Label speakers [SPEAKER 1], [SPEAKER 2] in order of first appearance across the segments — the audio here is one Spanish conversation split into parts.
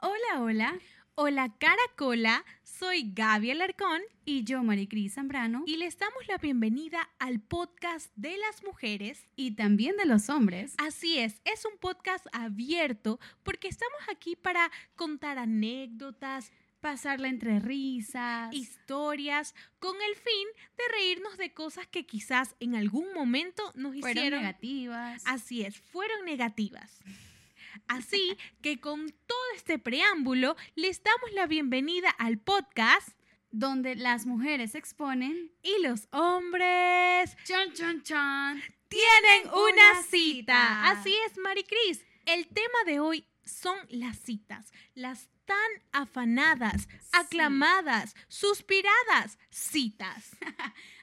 [SPEAKER 1] hola.
[SPEAKER 2] Hola Caracola, soy Gaby Alarcón
[SPEAKER 1] Y yo, Maricris Zambrano.
[SPEAKER 2] y les damos la bienvenida al podcast de las mujeres.
[SPEAKER 1] Y también de los hombres.
[SPEAKER 2] Así es, es un podcast abierto porque estamos aquí para contar anécdotas,
[SPEAKER 1] Pasarla entre risas.
[SPEAKER 2] historias, con el fin de reírnos de cosas que quizás en algún momento nos
[SPEAKER 1] fueron
[SPEAKER 2] hicieron.
[SPEAKER 1] negativas.
[SPEAKER 2] Así es, fueron negativas. Así que con todo este preámbulo, les damos la bienvenida al podcast
[SPEAKER 1] donde las mujeres se exponen.
[SPEAKER 2] y los hombres
[SPEAKER 1] Chan, chan, chan.
[SPEAKER 2] tienen una
[SPEAKER 1] una
[SPEAKER 2] cita.
[SPEAKER 1] cita.
[SPEAKER 2] Así es, Maricris. El tema de hoy son las citas, las tan afanadas, aclamadas, suspiradas citas.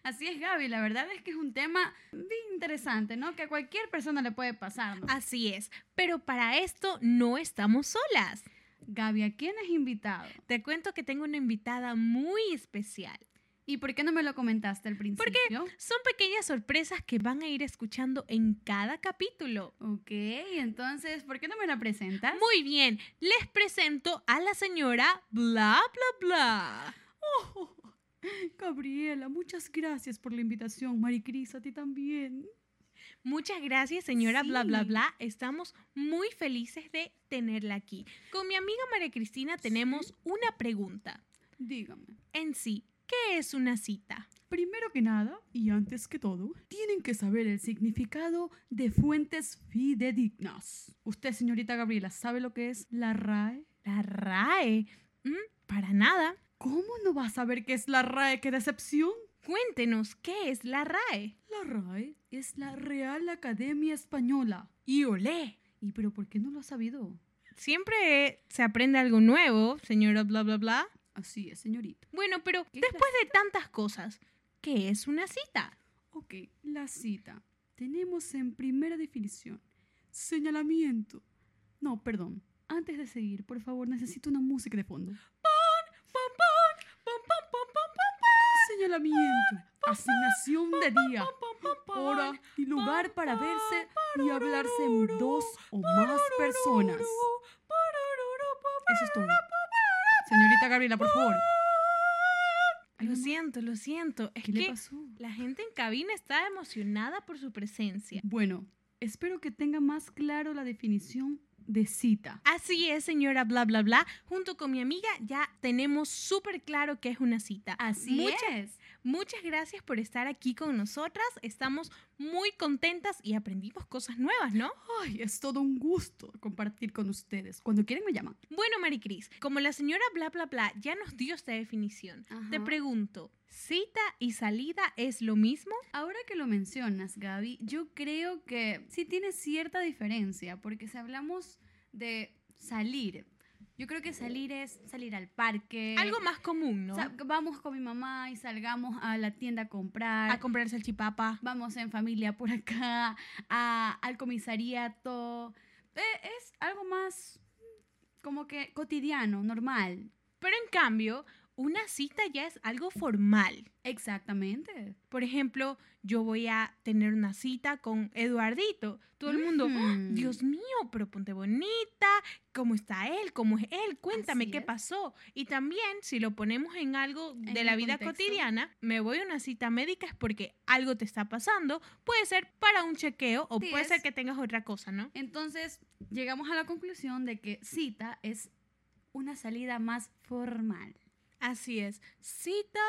[SPEAKER 1] Así es, Gaby. La verdad es que es un tema bien interesante, ¿no? Que a cualquier persona le puede pasar. ¿no?
[SPEAKER 2] Así es, pero para esto no estamos solas.
[SPEAKER 1] Gaby, ¿a quién has invitado?
[SPEAKER 2] Te cuento que tengo una invitada muy especial.
[SPEAKER 1] ¿Y por qué no me lo comentaste al
[SPEAKER 2] qué?
[SPEAKER 1] principio?
[SPEAKER 2] Son pequeñas sorpresas que van a ir escuchando en cada capítulo.
[SPEAKER 1] Ok, entonces, ¿por qué no me la presentas?
[SPEAKER 2] Muy bien, les presento a la señora bla bla bla.
[SPEAKER 1] Gabriela, muchas gracias por la invitación. Maricris, a ti también.
[SPEAKER 2] Muchas gracias, señora bla bla
[SPEAKER 1] Sí.
[SPEAKER 2] bla. Estamos muy felices de tenerla aquí. Con mi amiga María Cristina tenemos una pregunta.
[SPEAKER 1] Dígame.
[SPEAKER 2] En sí, ¿qué es una cita?
[SPEAKER 3] Primero que nada, y antes que todo, tienen que saber el significado de fuentes fidedignas. ¿Usted, señorita Gabriela, sabe lo que es la RAE?
[SPEAKER 2] La RAE. Mm, Para nada.
[SPEAKER 3] ¿Cómo no va a saber qué es la RAE? ¡Qué decepción!
[SPEAKER 2] Cuéntenos, ¿qué es la RAE?
[SPEAKER 3] La RAE es la Real Academia Española.
[SPEAKER 2] Y olé.
[SPEAKER 3] ¿Y pero por qué no lo ha sabido?
[SPEAKER 2] Siempre se aprende algo nuevo, señora bla bla bla.
[SPEAKER 3] Así es, señorita.
[SPEAKER 2] Bueno, pero
[SPEAKER 3] ¿Qué es la
[SPEAKER 2] después de tantas cosas, ¿qué es una cita?
[SPEAKER 3] Ok, la cita. Tenemos en primera definición señalamiento. No, perdón. Antes de seguir, por favor, necesito una música de fondo. Señalamiento, asignación de día, hora y lugar para verse y hablarse en dos o más personas. Eso es todo. Señorita Gabriela, por favor.
[SPEAKER 2] Lo siento, lo siento. Es
[SPEAKER 3] ¿Qué
[SPEAKER 2] que
[SPEAKER 3] le pasó?
[SPEAKER 2] la gente en cabina está emocionada por su presencia.
[SPEAKER 3] Bueno, espero que tenga más claro la definición de cita.
[SPEAKER 2] Así es, señora bla bla bla. Junto con mi amiga ya tenemos súper claro qué es una cita.
[SPEAKER 1] Así
[SPEAKER 2] Muchas-
[SPEAKER 1] es.
[SPEAKER 2] Muchas gracias por estar aquí con nosotras. Estamos muy contentas y aprendimos cosas nuevas, ¿no?
[SPEAKER 3] Ay, es todo un gusto compartir con ustedes. Cuando quieren me llaman.
[SPEAKER 2] Bueno, Maricris, como la señora bla bla bla ya nos dio esta definición, te
[SPEAKER 1] Ajá.
[SPEAKER 2] pregunto, ¿cita y salida es lo mismo?
[SPEAKER 1] Ahora que lo mencionas, Gaby, yo creo que sí tiene cierta diferencia, porque si hablamos de salir, yo creo que salir es salir al parque.
[SPEAKER 2] Algo más común, ¿no?
[SPEAKER 1] sa- Vamos con mi mamá y salgamos a la tienda a comprar.
[SPEAKER 2] A comprar salchipapa.
[SPEAKER 1] vamos en familia por acá, a- al comisariato. Eh, es algo más mm, como que cotidiano, normal.
[SPEAKER 2] Pero en cambio, una cita ya es algo formal.
[SPEAKER 1] Exactamente.
[SPEAKER 2] Por ejemplo, yo voy a tener una cita con Eduardito. Todo el mundo,
[SPEAKER 1] Mm.
[SPEAKER 2] Dios mío, pero ponte bonita, ¿cómo está él? ¿Cómo es él? Cuéntame
[SPEAKER 1] Así
[SPEAKER 2] qué
[SPEAKER 1] es.
[SPEAKER 2] pasó. Y también, si lo ponemos en algo de
[SPEAKER 1] En
[SPEAKER 2] la
[SPEAKER 1] el
[SPEAKER 2] vida
[SPEAKER 1] contexto.
[SPEAKER 2] cotidiana, me voy a una cita médica es porque algo te está pasando. Puede ser para un chequeo o
[SPEAKER 1] Sí
[SPEAKER 2] puede ser
[SPEAKER 1] es.
[SPEAKER 2] que tengas otra cosa, ¿no?
[SPEAKER 1] Entonces, llegamos a la conclusión de que cita es una salida más formal.
[SPEAKER 2] Así es, cita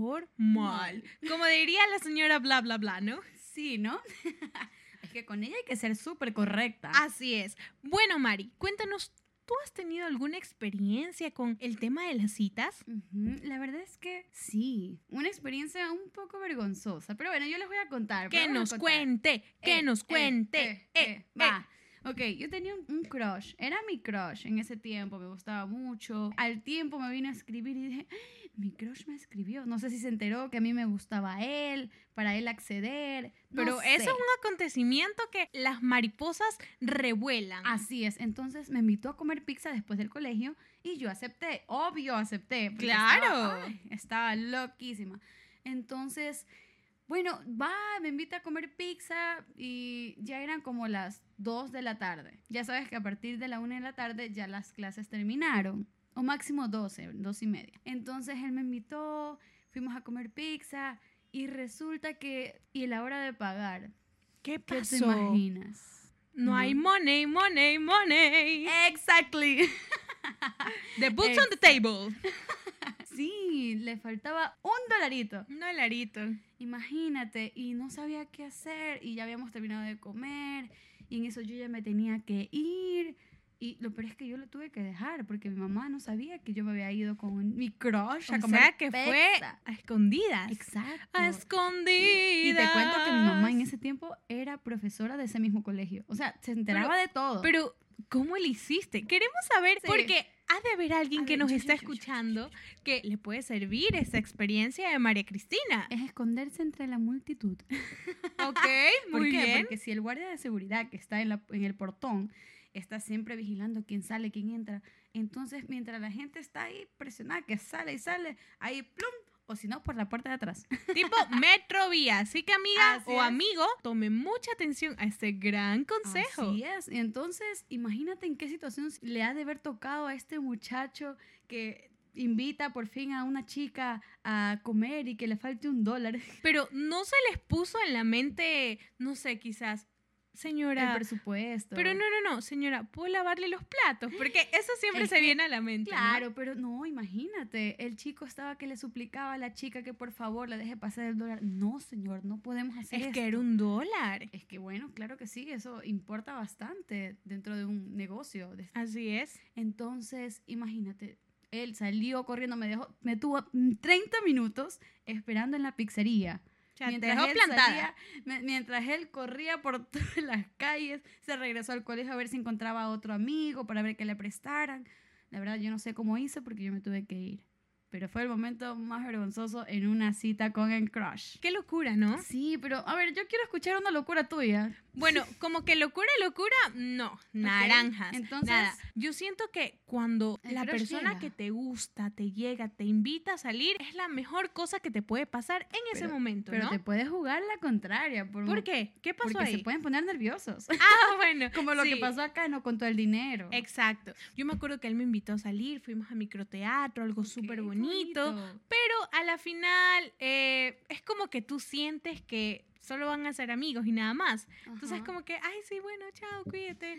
[SPEAKER 2] formal. Como diría la señora bla, bla, bla, ¿no?
[SPEAKER 1] Sí, ¿no? es que con ella hay que ser súper correcta.
[SPEAKER 2] Así es. Bueno, Mari, cuéntanos, ¿tú has tenido alguna experiencia con el tema de las citas?
[SPEAKER 1] Ujú, La verdad es que sí, una experiencia un poco vergonzosa, pero bueno, yo les voy a contar.
[SPEAKER 2] Que
[SPEAKER 1] vamos a
[SPEAKER 2] nos
[SPEAKER 1] contar.
[SPEAKER 2] cuente, que
[SPEAKER 1] Eh,
[SPEAKER 2] nos
[SPEAKER 1] eh,
[SPEAKER 2] cuente.
[SPEAKER 1] eh,
[SPEAKER 2] eh,
[SPEAKER 1] eh, va. Ok, yo tenía un, un crush, era mi crush en ese tiempo, me gustaba mucho. Al tiempo me vino a escribir y dije, "Ah, mi crush me escribió. No sé si se enteró que a mí me gustaba él, para él acceder. no
[SPEAKER 2] Pero eso es
[SPEAKER 1] sé.
[SPEAKER 2] un acontecimiento que las mariposas revuelan.
[SPEAKER 1] Así es, entonces me invitó a comer pizza después del colegio y yo acepté, obvio acepté. porque
[SPEAKER 2] Claro.
[SPEAKER 1] Estaba, ay, estaba loquísima. Entonces, bueno, va, me invita a comer pizza y ya eran como las 2 de la tarde. Ya sabes que a partir de la 1 de la tarde ya las clases terminaron, o máximo 12, 2 y media. Entonces él me invitó, fuimos a comer pizza y resulta que, y la hora de pagar,
[SPEAKER 2] ¿Qué
[SPEAKER 1] ¿qué te
[SPEAKER 2] pasó?
[SPEAKER 1] imaginas?
[SPEAKER 2] no hay money, money, money.
[SPEAKER 1] Exactly.
[SPEAKER 2] the boots on the table.
[SPEAKER 1] Sí, le faltaba un dolarito.
[SPEAKER 2] No helarito.
[SPEAKER 1] Imagínate, y no sabía qué hacer, y ya habíamos terminado de comer, y en eso yo ya me tenía que ir. Y lo peor es que yo lo tuve que dejar, porque mi mamá no sabía que yo me había ido con mi crush a
[SPEAKER 2] O
[SPEAKER 1] comer
[SPEAKER 2] sea que fue
[SPEAKER 1] pizza.
[SPEAKER 2] a escondidas.
[SPEAKER 1] Exacto.
[SPEAKER 2] A escondidas.
[SPEAKER 1] Y te cuento que mi mamá en ese tiempo era profesora de ese mismo colegio. O sea, se enteraba de todo.
[SPEAKER 2] Pero, ¿cómo le hiciste? Queremos saber,
[SPEAKER 1] Sí.
[SPEAKER 2] porque ha de haber alguien
[SPEAKER 1] A
[SPEAKER 2] que
[SPEAKER 1] ver,
[SPEAKER 2] nos
[SPEAKER 1] yo, yo,
[SPEAKER 2] está
[SPEAKER 1] yo, yo, yo, yo,
[SPEAKER 2] escuchando que le puede servir esa experiencia de María Cristina.
[SPEAKER 1] es esconderse entre la multitud.
[SPEAKER 2] Ok,
[SPEAKER 1] ¿Por
[SPEAKER 2] muy
[SPEAKER 1] qué?
[SPEAKER 2] bien.
[SPEAKER 1] Porque si el guardia de seguridad que está en, la- en el portón está siempre vigilando quién sale, quién entra, entonces mientras la gente está ahí presionada, que sale y sale, ahí plum, o si no, por la puerta de atrás.
[SPEAKER 2] Tipo metrovía. Así que, amiga
[SPEAKER 1] Así
[SPEAKER 2] o
[SPEAKER 1] es.
[SPEAKER 2] amigo, tome mucha atención a este gran consejo.
[SPEAKER 1] Así es. Y entonces, imagínate en qué situación le ha de haber tocado a este muchacho que invita por fin a una chica a comer y que le falte un dólar
[SPEAKER 2] Pero no se les puso en la mente, no sé, quizás,
[SPEAKER 1] el
[SPEAKER 2] señora.
[SPEAKER 1] presupuesto.
[SPEAKER 2] Pero no, no, no, señora, puedo lavarle los platos, porque eso siempre
[SPEAKER 1] Es
[SPEAKER 2] se
[SPEAKER 1] que-
[SPEAKER 2] viene a la mente. ¿no?
[SPEAKER 1] Claro, pero no, imagínate, el chico estaba que le suplicaba a la chica que por favor le deje pasar el dólar. No, señor, no podemos hacer
[SPEAKER 2] Es que
[SPEAKER 1] esto.
[SPEAKER 2] era un dólar.
[SPEAKER 1] Es que bueno, claro que sí, eso importa bastante dentro de un negocio. De-
[SPEAKER 2] Así es.
[SPEAKER 1] Entonces, imagínate, él salió corriendo, me dejó, me tuvo mm, 30 minutos esperando en la pizzería.
[SPEAKER 2] O sea, te
[SPEAKER 1] Mientras
[SPEAKER 2] dejó
[SPEAKER 1] él
[SPEAKER 2] plantada.
[SPEAKER 1] salía, me- mientras él corría por todas las calles, se regresó al colegio a ver si encontraba a otro amigo para ver que le prestaran. La verdad, yo no sé cómo hice porque yo me tuve que ir. Pero fue el momento más vergonzoso en una cita con el crush.
[SPEAKER 2] Qué locura, ¿no?
[SPEAKER 1] Sí, pero a ver, yo quiero escuchar una locura tuya.
[SPEAKER 2] Bueno, como que locura, locura, no, naranjas.
[SPEAKER 1] entonces-
[SPEAKER 2] nada. yo siento que cuando
[SPEAKER 1] El
[SPEAKER 2] la
[SPEAKER 1] crush
[SPEAKER 2] persona
[SPEAKER 1] llega.
[SPEAKER 2] que te gusta, te llega, te invita a salir, es la mejor cosa que te puede pasar en ese
[SPEAKER 1] Pero-
[SPEAKER 2] momento,
[SPEAKER 1] Pero
[SPEAKER 2] ¿no?
[SPEAKER 1] te puedes jugar la contraria. Por,
[SPEAKER 2] ¿Por qué? ¿Qué pasó
[SPEAKER 1] Porque
[SPEAKER 2] ahí?
[SPEAKER 1] se pueden poner nerviosos.
[SPEAKER 2] Ah, bueno,
[SPEAKER 1] Como lo que
[SPEAKER 2] sí.
[SPEAKER 1] pasó acá, no contó el dinero.
[SPEAKER 2] Exacto. Yo me acuerdo que él me invitó a salir, fuimos a microteatro, algo
[SPEAKER 1] Ok,
[SPEAKER 2] súper
[SPEAKER 1] qué
[SPEAKER 2] bonito. Pero a la final eh, es como que tú sientes que solo van a ser amigos y nada más. Entonces
[SPEAKER 1] Ajá,
[SPEAKER 2] como que, ay, sí, bueno, chao, cuídate.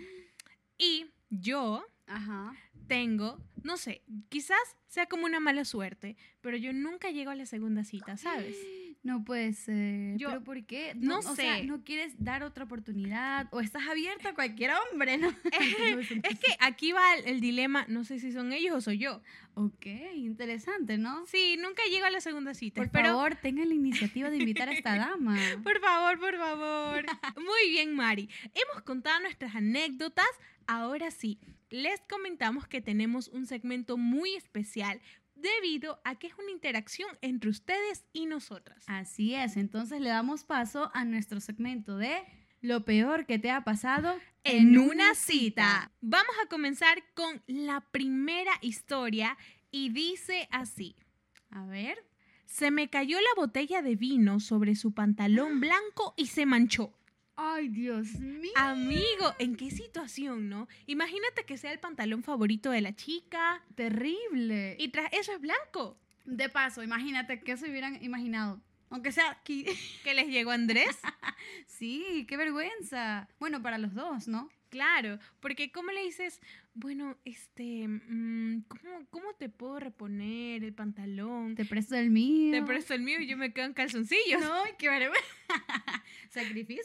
[SPEAKER 2] Y yo
[SPEAKER 1] Ajá.
[SPEAKER 2] tengo, no sé, quizás sea como una mala suerte, pero yo nunca llego a la segunda cita, ¿sabes?
[SPEAKER 1] No puede ser.
[SPEAKER 2] Yo-
[SPEAKER 1] ¿Pero por qué?
[SPEAKER 2] no
[SPEAKER 1] O sea,
[SPEAKER 2] sé.
[SPEAKER 1] no quieres dar otra oportunidad o estás abierta a cualquier hombre, ¿no?
[SPEAKER 2] Es que aquí va el, el dilema, no sé si son ellos o soy yo.
[SPEAKER 1] ok, interesante, ¿no?
[SPEAKER 2] Sí, nunca llego a la segunda cita,
[SPEAKER 1] Por
[SPEAKER 2] pero...
[SPEAKER 1] favor, tengan la iniciativa de invitar a esta dama.
[SPEAKER 2] Por favor, por favor. Muy bien, Mari. Hemos contado nuestras anécdotas. Ahora sí, les comentamos que tenemos un segmento muy especial debido a que es una interacción entre ustedes y nosotras.
[SPEAKER 1] Así es, entonces le damos paso a nuestro segmento de lo peor que te ha pasado
[SPEAKER 2] En una cita. Vamos a comenzar con la primera historia y dice así.
[SPEAKER 1] A ver.
[SPEAKER 2] Se me cayó la botella de vino sobre su pantalón blanco y se manchó.
[SPEAKER 1] Ay, Dios mío.
[SPEAKER 2] Ah. Amigo, ¿en qué situación, no? Imagínate que sea el pantalón favorito de la chica
[SPEAKER 1] Terrible.
[SPEAKER 2] y tras eso es blanco.
[SPEAKER 1] de paso, imagínate que se hubieran imaginado. Aunque sea aquí.
[SPEAKER 2] ¿Que les llegó Andrés?
[SPEAKER 1] sí, qué vergüenza. Bueno, para los dos, ¿no?
[SPEAKER 2] claro, porque ¿cómo le dices, bueno, este, mm, ¿cómo, cómo te puedo reponer el pantalón? Te,
[SPEAKER 1] Te presto el mío.
[SPEAKER 2] presto el mío y yo me quedo en calzoncillos.
[SPEAKER 1] No, qué vergüenza. ¿Sacrificio?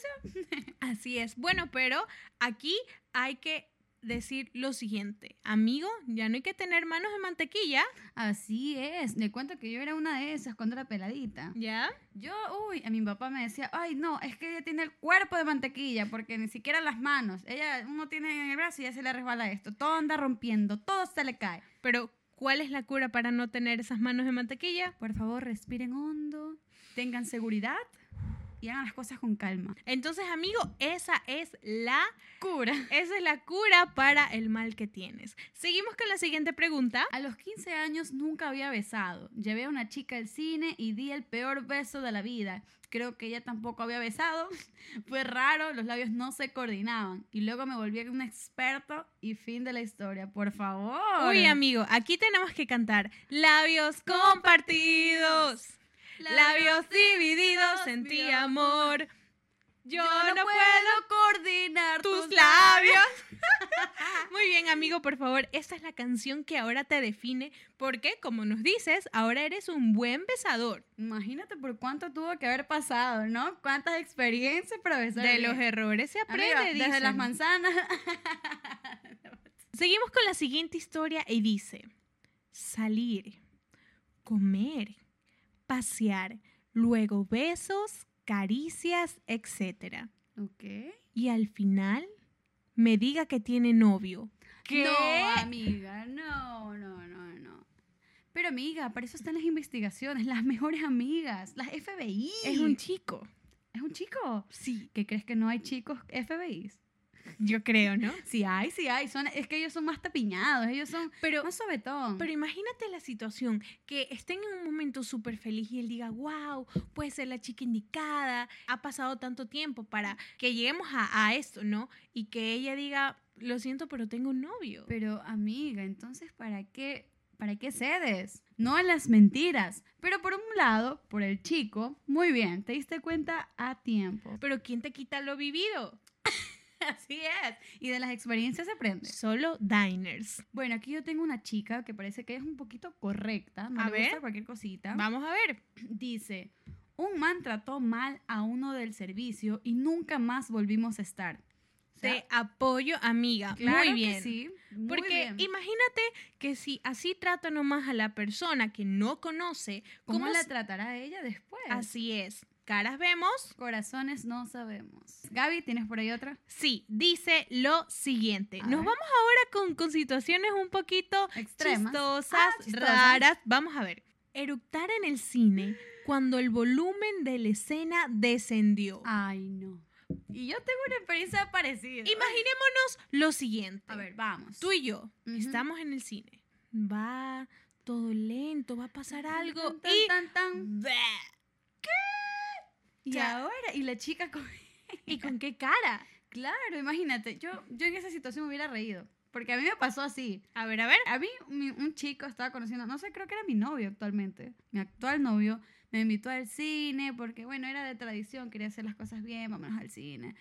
[SPEAKER 2] Así es. Bueno, pero aquí hay que decir lo siguiente. Amigo, ya no hay que tener manos de mantequilla,
[SPEAKER 1] Así es. Le cuento que yo era una de esas cuando era peladita.
[SPEAKER 2] ¿ya?
[SPEAKER 1] Yo, uy, a mi papá me decía, ay, no, es que ella tiene el cuerpo de mantequilla porque ni siquiera las manos. Ella, uno tiene en el brazo y ya se le resbala esto. Todo anda rompiendo, todo se le cae.
[SPEAKER 2] Pero, ¿cuál es la cura para no tener esas manos de mantequilla?
[SPEAKER 1] Por favor, respiren hondo, tengan seguridad y hagan las cosas con calma.
[SPEAKER 2] Entonces, amigo, esa es la
[SPEAKER 1] Cura.
[SPEAKER 2] esa es la cura para el mal que tienes. Seguimos con la siguiente pregunta.
[SPEAKER 1] A los 15 años nunca había besado. Llevé a una chica al cine y di el peor beso de la vida. Creo que ella tampoco había besado. Fue raro, los labios no se coordinaban. Y luego me volví un experto y fin de la historia. Por favor.
[SPEAKER 2] Uy, amigo, aquí tenemos que cantar labios compartidos, labios divididos en ti,
[SPEAKER 1] mi
[SPEAKER 2] amor. Yo, no, puedo,
[SPEAKER 1] coordinar
[SPEAKER 2] tus labios. Muy bien, amigo, por favor, esta es la canción que ahora te define porque, como nos dices, ahora eres un buen besador.
[SPEAKER 1] Imagínate por cuánto tuvo que haber pasado, ¿no? Cuántas experiencias para besar.
[SPEAKER 2] De
[SPEAKER 1] bien.
[SPEAKER 2] los errores se aprende,
[SPEAKER 1] Amiga, desde
[SPEAKER 2] dicen.
[SPEAKER 1] las manzanas.
[SPEAKER 2] Seguimos con la siguiente historia y dice, salir, comer, pasear, luego besos, caricias, etc.
[SPEAKER 1] ok.
[SPEAKER 2] Y al final me diga que tiene novio. ¿Qué?
[SPEAKER 1] No, amiga, no, no, no, no. Pero amiga, para eso están las investigaciones, las mejores amigas, las FBI.
[SPEAKER 2] Es un chico.
[SPEAKER 1] ¿Es un chico. Sí. ¿Qué crees que no hay chicos FBIs?
[SPEAKER 2] Yo creo, ¿no?
[SPEAKER 1] Sí hay, sí hay. Son, es que ellos son más tapiñados, ellos son
[SPEAKER 2] Pero,
[SPEAKER 1] más sobetón.
[SPEAKER 2] pero imagínate la situación, que estén en un momento súper feliz y él diga, wow, puede ser la chica indicada, ha pasado tanto tiempo para que lleguemos a, a esto, ¿no? Y que ella diga, lo siento, pero tengo un novio.
[SPEAKER 1] Pero, amiga, entonces, ¿para qué, ¿para qué cedes? No a las mentiras. Pero por un lado, por el chico, muy bien, te diste cuenta a tiempo.
[SPEAKER 2] Pero ¿quién te quita lo vivido?
[SPEAKER 1] Así es. Y de las experiencias se aprende.
[SPEAKER 2] Solo diners.
[SPEAKER 1] Bueno, aquí yo tengo una chica que parece que es un poquito correcta. No
[SPEAKER 2] A
[SPEAKER 1] le gusta
[SPEAKER 2] ver.
[SPEAKER 1] cualquier cosita.
[SPEAKER 2] Vamos a ver.
[SPEAKER 1] Dice, un man trató mal a uno del servicio y nunca más volvimos a estar. O sea,
[SPEAKER 2] Te apoyo, amiga.
[SPEAKER 1] claro
[SPEAKER 2] Muy
[SPEAKER 1] que
[SPEAKER 2] bien.
[SPEAKER 1] sí. muy
[SPEAKER 2] Porque
[SPEAKER 1] bien.
[SPEAKER 2] imagínate que si así trata nomás a la persona que no conoce,
[SPEAKER 1] ¿Cómo, la
[SPEAKER 2] s-
[SPEAKER 1] tratará ella después?
[SPEAKER 2] Así es. Caras vemos.
[SPEAKER 1] Corazones no sabemos. Gaby, ¿tienes por ahí otra?
[SPEAKER 2] Sí, dice lo siguiente.
[SPEAKER 1] A
[SPEAKER 2] Nos
[SPEAKER 1] ver.
[SPEAKER 2] vamos ahora con, con situaciones un poquito
[SPEAKER 1] Extremas.
[SPEAKER 2] chistosas,
[SPEAKER 1] Ah, chistosas.
[SPEAKER 2] raras. Vamos a ver. Eructar en el cine cuando el volumen de la escena descendió.
[SPEAKER 1] Ay, no. Y yo tengo una experiencia parecida.
[SPEAKER 2] Imaginémonos lo siguiente.
[SPEAKER 1] a ver, vamos.
[SPEAKER 2] Tú y yo
[SPEAKER 1] Ujú.
[SPEAKER 2] estamos en el cine. Va todo lento, va a pasar algo
[SPEAKER 1] Tan, tan,
[SPEAKER 2] y...
[SPEAKER 1] tan, tan.
[SPEAKER 2] ¡Bah!
[SPEAKER 1] Y
[SPEAKER 2] Ya.
[SPEAKER 1] ahora, y la chica con...
[SPEAKER 2] ¿Y con qué cara?
[SPEAKER 1] Claro, imagínate, yo, yo en esa situación me hubiera reído, porque a mí me pasó así.
[SPEAKER 2] A ver, a ver.
[SPEAKER 1] A mí mi- un chico estaba conociendo, no sé, creo que era mi novio actualmente, mi actual novio, me invitó al cine, porque bueno, era de tradición, quería hacer las cosas bien, vámonos al cine.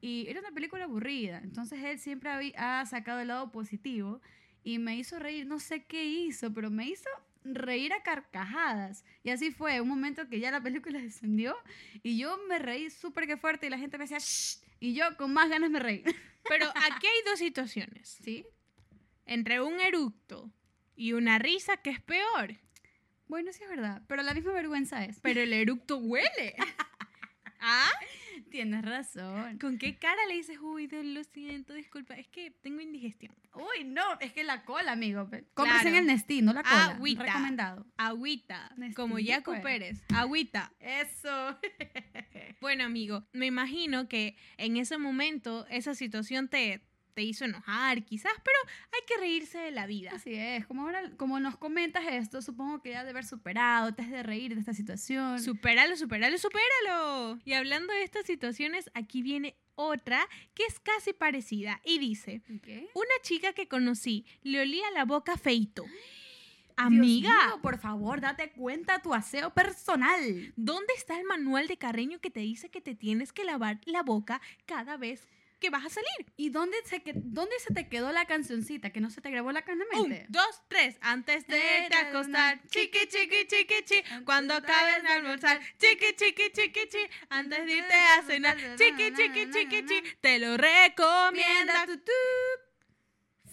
[SPEAKER 1] Y era una película aburrida, entonces él siempre habi- ha sacado el lado positivo y me hizo reír, no sé qué hizo, pero me hizo reír a carcajadas. Y así fue, un momento que ya la película descendió y yo me reí súper que fuerte y la gente me decía, "Shh", y yo con más ganas me reí.
[SPEAKER 2] Pero aquí hay dos situaciones.
[SPEAKER 1] ¿Sí?
[SPEAKER 2] Entre un eructo y una risa, que es peor.
[SPEAKER 1] Bueno, sí es verdad, pero la misma vergüenza es.
[SPEAKER 2] Pero el eructo huele. ¿Ah?
[SPEAKER 1] Tienes razón.
[SPEAKER 2] ¿Con qué cara le dices, uy, Dios, lo siento, disculpa, es que tengo indigestión?
[SPEAKER 1] Uy, no, es que la cola, amigo. Compras en
[SPEAKER 2] Claro. Ah,
[SPEAKER 1] el Nestí, no la cola.
[SPEAKER 2] Agüita.
[SPEAKER 1] Recomendado.
[SPEAKER 2] Agüita, como
[SPEAKER 1] Nestlé,
[SPEAKER 2] Jaco
[SPEAKER 1] pues.
[SPEAKER 2] Pérez. Agüita.
[SPEAKER 1] Eso.
[SPEAKER 2] Bueno, amigo, me imagino que en ese momento esa situación te, te hizo enojar, quizás, pero hay que reírse de la vida.
[SPEAKER 1] Así es. Como ahora, como nos comentas esto, supongo que ya de haber superado, te has de reír de esta situación.
[SPEAKER 2] Superalo, superalo, superalo. Y hablando de estas situaciones, aquí viene otra que es casi parecida y dice,
[SPEAKER 1] ¿Qué?
[SPEAKER 2] una chica que conocí le olía la boca feito. Amiga,
[SPEAKER 1] por favor, date cuenta tu aseo personal.
[SPEAKER 2] ¿dónde está el manual de Carreño que te dice que te tienes que lavar la boca cada vez que vas a salir?
[SPEAKER 1] ¿Y dónde se, que- dónde se te quedó la cancioncita? Que no se te grabó la canción.
[SPEAKER 2] Un, dos, tres, antes de te acostar, chiqui, chiqui, chiqui, chi, cuando acabes de almorzar, chiqui, chiqui, chiqui, chi, antes de irte a cenar, chiqui, chiqui, chiqui, chi, te lo recomiendo.
[SPEAKER 1] Mienda tu- tu.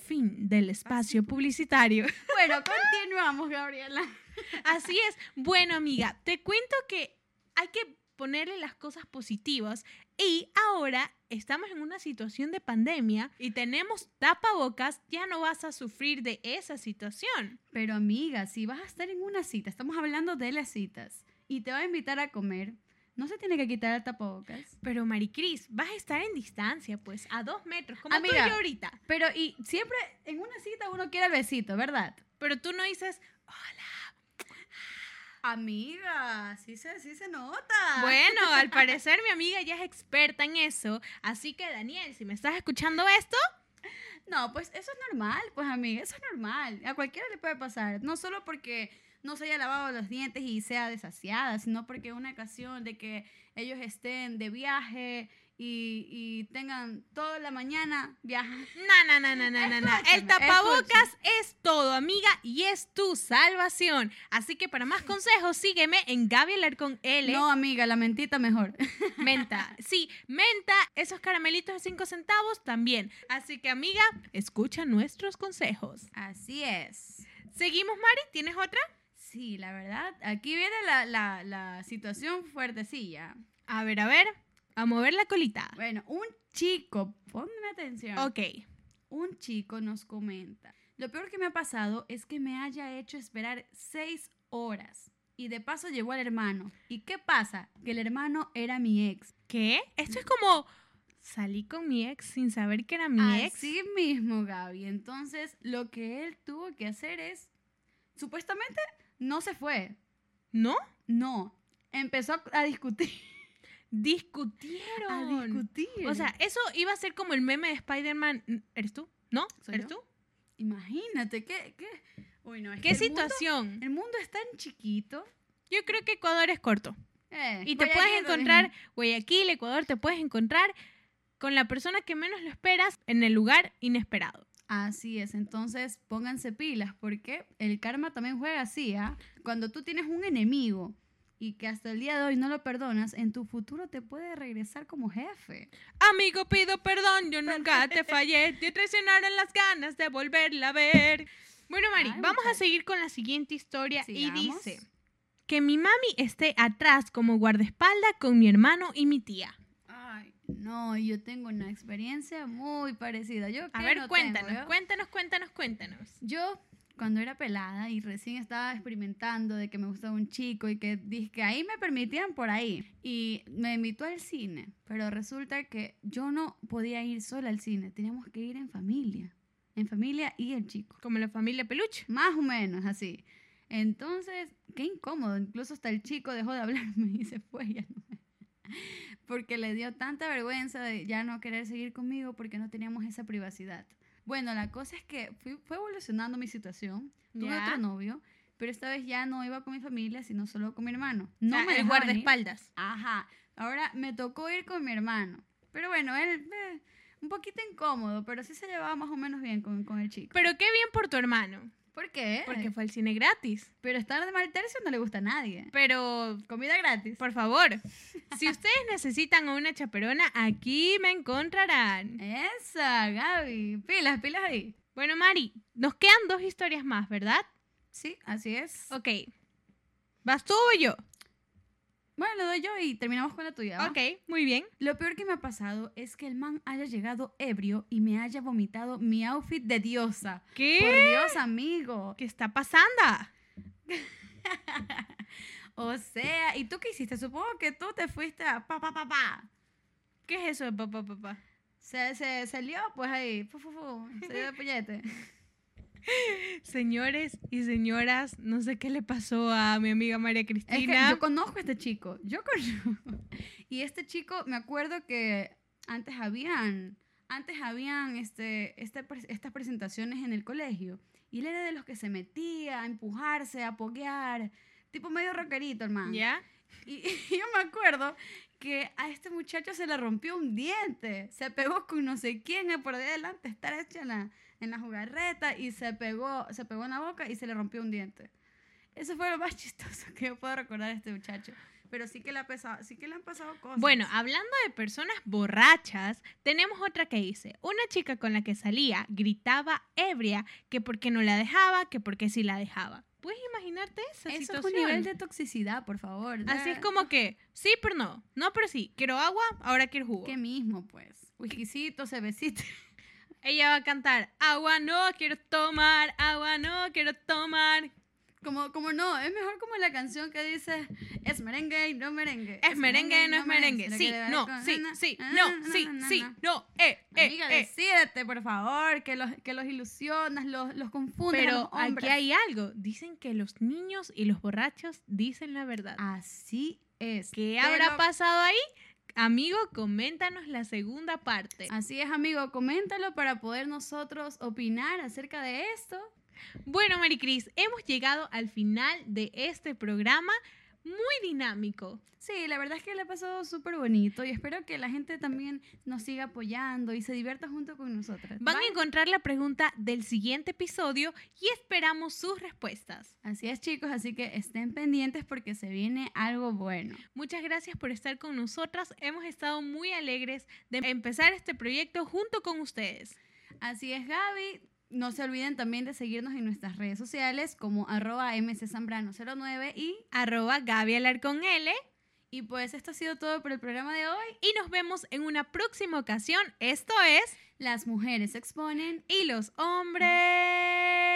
[SPEAKER 2] Fin del espacio publicitario.
[SPEAKER 1] Bueno, continuamos, Gabriela.
[SPEAKER 2] Así es. Bueno, amiga, te cuento que hay que ponerle las cosas positivas y ahora estamos en una situación de pandemia y tenemos tapabocas, ya no vas a sufrir de esa situación.
[SPEAKER 1] Pero amiga, si vas a estar en una cita, estamos hablando de las citas, y te va a invitar a comer, No se tiene que quitar el tapabocas.
[SPEAKER 2] Pero Maricris, vas a estar en distancia, pues, a dos metros, como tú
[SPEAKER 1] Amiga.
[SPEAKER 2] y yo ahorita.
[SPEAKER 1] Pero y siempre en una cita uno quiere el besito, ¿verdad?
[SPEAKER 2] Pero tú no dices, hola.
[SPEAKER 1] Amiga, sí se, sí se nota.
[SPEAKER 2] Bueno, al parecer mi amiga ya es experta en eso. Así que, Daniel, si me estás escuchando esto,
[SPEAKER 1] No, pues eso es normal, pues amiga, eso es normal. A cualquiera le puede pasar. No solo porque no se haya lavado los dientes y sea desasiada, sino porque una ocasión de que ellos estén de viaje y, y tengan toda la mañana viajando.
[SPEAKER 2] na, na, na, na, na, na, na. El
[SPEAKER 1] Escúchame,
[SPEAKER 2] tapabocas es todo, amiga, y es tu salvación. Así que para más consejos, sígueme en Gaby con L.
[SPEAKER 1] No, amiga, la mentita mejor.
[SPEAKER 2] Menta. Sí, menta, esos caramelitos de 5 centavos también. Así que, amiga, escucha nuestros consejos.
[SPEAKER 1] Así es.
[SPEAKER 2] Seguimos, Mari, ¿tienes otra?
[SPEAKER 1] Sí, la verdad, aquí viene la, la, la situación fuertecilla.
[SPEAKER 2] A ver, a ver, a mover la colita.
[SPEAKER 1] Bueno, un chico, ponme atención.
[SPEAKER 2] Ok.
[SPEAKER 1] Un chico nos comenta, lo peor que me ha pasado es que me haya hecho esperar seis horas. Y de paso llegó el hermano. ¿Y qué pasa? Que el hermano era mi ex.
[SPEAKER 2] ¿Qué? Esto es como salí con mi ex sin saber que era mi ex.
[SPEAKER 1] Así mismo, Gaby. Entonces, lo que él tuvo que hacer es, supuestamente, no se fue.
[SPEAKER 2] ¿No?
[SPEAKER 1] No. Empezó a- a discutir.
[SPEAKER 2] Discutieron.
[SPEAKER 1] A discutir.
[SPEAKER 2] O sea, eso iba a ser como el meme de Spider-Man. ¿Eres tú? ¿No?
[SPEAKER 1] ¿Soy
[SPEAKER 2] ¿Eres
[SPEAKER 1] yo?
[SPEAKER 2] tú?
[SPEAKER 1] imagínate, ¿qué? qué? Uy, no, es que
[SPEAKER 2] ¿Qué
[SPEAKER 1] el mundo-
[SPEAKER 2] situación?
[SPEAKER 1] El mundo es tan chiquito.
[SPEAKER 2] Yo creo que Ecuador es corto.
[SPEAKER 1] Eh,
[SPEAKER 2] Y te
[SPEAKER 1] Guayaquil,
[SPEAKER 2] puedes
[SPEAKER 1] por
[SPEAKER 2] encontrar, Guayaquil, Ecuador, te puedes encontrar con la persona que menos lo esperas en el lugar inesperado.
[SPEAKER 1] Así es, entonces pónganse pilas porque el karma también juega así, ¿ah? Cuando tú tienes un enemigo y que hasta el día de hoy no lo perdonas, en tu futuro te puede regresar como jefe.
[SPEAKER 2] Amigo, pido perdón, yo nunca te fallé. Te traicionaron las ganas de volverla a ver. Bueno, Mari,
[SPEAKER 1] Ay,
[SPEAKER 2] vamos a
[SPEAKER 1] muchacha.
[SPEAKER 2] seguir con la siguiente historia y
[SPEAKER 1] Sigamos.
[SPEAKER 2] dice que mi mami esté atrás como guardaespaldas con mi hermano y mi tía.
[SPEAKER 1] Ay, no, yo tengo una experiencia muy parecida. Yo
[SPEAKER 2] A
[SPEAKER 1] qué
[SPEAKER 2] ver,
[SPEAKER 1] no
[SPEAKER 2] cuéntanos,
[SPEAKER 1] tengo, yo?
[SPEAKER 2] cuéntanos, cuéntanos, cuéntanos.
[SPEAKER 1] Yo, cuando era pelada y recién estaba experimentando de que me gustaba un chico y que dije que ahí me permitían por ahí, y me invitó al cine, pero resulta que yo no podía ir sola al cine, teníamos que ir en familia, en familia y el chico,
[SPEAKER 2] Como la familia Peluche.
[SPEAKER 1] más o menos así. Entonces, qué incómodo, incluso hasta el chico dejó de hablarme y se fue, ya no me- Porque le dio tanta vergüenza de ya no querer seguir conmigo porque no teníamos esa privacidad. Bueno, la cosa es que fui- fue evolucionando mi situación. Tuve
[SPEAKER 2] Ya.
[SPEAKER 1] otro novio, pero esta vez ya no iba con mi familia, sino solo con mi hermano.
[SPEAKER 2] O
[SPEAKER 1] No
[SPEAKER 2] sea,
[SPEAKER 1] me
[SPEAKER 2] Ah,
[SPEAKER 1] dejaban
[SPEAKER 2] el
[SPEAKER 1] ir.
[SPEAKER 2] guardaespaldas.
[SPEAKER 1] Ajá. Ahora me tocó ir con mi hermano. Pero bueno, él eh, un poquito incómodo, pero sí se llevaba más o menos bien con, con el chico.
[SPEAKER 2] Pero qué bien por tu hermano,
[SPEAKER 1] ¿Por qué?
[SPEAKER 2] porque fue al cine gratis.
[SPEAKER 1] pero estar de mal tercio no le gusta a nadie.
[SPEAKER 2] Pero
[SPEAKER 1] Comida gratis.
[SPEAKER 2] Por favor, si ustedes necesitan a una chaperona, aquí me encontrarán.
[SPEAKER 1] Esa, Gaby. Pilas, pilas ahí.
[SPEAKER 2] Bueno, Mari, nos quedan dos historias más, ¿verdad?
[SPEAKER 1] Sí, así es.
[SPEAKER 2] Ok. ¿Vas tú o yo?
[SPEAKER 1] Bueno, lo doy yo y terminamos con la tuya. ¿va?
[SPEAKER 2] Ok, muy bien.
[SPEAKER 1] Lo peor que me ha pasado es que el man haya llegado ebrio y me haya vomitado mi outfit de diosa. Por
[SPEAKER 2] ¿Qué?
[SPEAKER 1] Dios, amigo.
[SPEAKER 2] ¿Qué está pasando?
[SPEAKER 1] O sea, ¿y tú qué hiciste? Supongo que tú te fuiste a pa pa pa pa.
[SPEAKER 2] ¿Qué es eso de papá, papá?
[SPEAKER 1] Se, se salió pues ahí, fu, fu, fu, se dio de puñete.
[SPEAKER 2] Señores y señoras, no sé qué le pasó a mi amiga María
[SPEAKER 1] Es que
[SPEAKER 2] Cristina.
[SPEAKER 1] yo conozco a este chico, yo conozco. Y este chico, me acuerdo que antes habían, antes habían este, este pre- estas presentaciones en el colegio. Y él era de los que se metía a empujarse, a poguear, tipo medio rockerito, hermano.
[SPEAKER 2] ¿Ya?
[SPEAKER 1] Y, y yo me acuerdo que a este muchacho se le rompió un diente. Se pegó con no sé quién eh, por ahí adelante, estar hecha en la, en la jugarreta y se pegó, se pegó en la boca y se le rompió un diente. Eso fue lo más chistoso que yo puedo recordar de este muchacho. Pero sí que le, ha pesado, sí que le han pasado cosas.
[SPEAKER 2] Bueno, hablando de personas borrachas, tenemos otra que dice, una chica con la que salía gritaba ebria que porque no la dejaba, que porque sí la dejaba. ¿Puedes imaginarte
[SPEAKER 1] eso
[SPEAKER 2] esa
[SPEAKER 1] es un
[SPEAKER 2] situación?
[SPEAKER 1] nivel de toxicidad, por favor.
[SPEAKER 2] Así es
[SPEAKER 1] Ya.
[SPEAKER 2] como que, sí, pero no, no, pero sí, quiero agua, ahora quiero jugo.
[SPEAKER 1] ¿Qué mismo, pues? Whiskycito, cervecito.
[SPEAKER 2] Ella va a cantar, agua no, quiero tomar, agua no, quiero tomar.
[SPEAKER 1] Como, como no, es mejor como la canción que dice es merengue y no merengue.
[SPEAKER 2] Es merengue, no es merengue.
[SPEAKER 1] Lo
[SPEAKER 2] Sí,
[SPEAKER 1] que le da
[SPEAKER 2] no,
[SPEAKER 1] con- Ah,
[SPEAKER 2] sí,
[SPEAKER 1] na, na,
[SPEAKER 2] sí,
[SPEAKER 1] na, na,
[SPEAKER 2] no,
[SPEAKER 1] na,
[SPEAKER 2] sí,
[SPEAKER 1] na, na,
[SPEAKER 2] sí,
[SPEAKER 1] na.
[SPEAKER 2] no, eh, eh,
[SPEAKER 1] ah. Amiga,
[SPEAKER 2] eh.
[SPEAKER 1] decídete, por favor, que los, que los ilusionas, los, los confundes. a
[SPEAKER 2] Pero
[SPEAKER 1] los
[SPEAKER 2] aquí
[SPEAKER 1] hombres.
[SPEAKER 2] hay algo. Dicen que los niños y los borrachos dicen la
[SPEAKER 1] Ah,
[SPEAKER 2] verdad.
[SPEAKER 1] Así es.
[SPEAKER 2] ¿Qué
[SPEAKER 1] te
[SPEAKER 2] habrá
[SPEAKER 1] lo-
[SPEAKER 2] pasado ahí? Amigo, coméntanos la segunda parte.
[SPEAKER 1] Así es, amigo, coméntalo para poder nosotros opinar acerca de esto.
[SPEAKER 2] Bueno, Maricris, hemos llegado al final de este programa muy dinámico.
[SPEAKER 1] Sí, la verdad es que le ha pasado súper bonito y espero que la gente también nos siga apoyando y se divierta junto con nosotras.
[SPEAKER 2] Van
[SPEAKER 1] Bye.
[SPEAKER 2] a encontrar la pregunta del siguiente episodio y esperamos sus respuestas.
[SPEAKER 1] Así es, chicos, así que estén pendientes porque se viene algo bueno.
[SPEAKER 2] Muchas gracias por estar con nosotras. Hemos estado muy alegres de empezar este proyecto junto con ustedes.
[SPEAKER 1] Así es, Gaby. No se olviden también de seguirnos en nuestras redes sociales como arroba mczambrano09 y,
[SPEAKER 2] Arroba Gaby Alarcón L.
[SPEAKER 1] y pues esto ha sido todo por el programa de hoy.
[SPEAKER 2] Y nos vemos en una próxima ocasión. Esto es
[SPEAKER 1] Las mujeres se exponen
[SPEAKER 2] Y los hombres.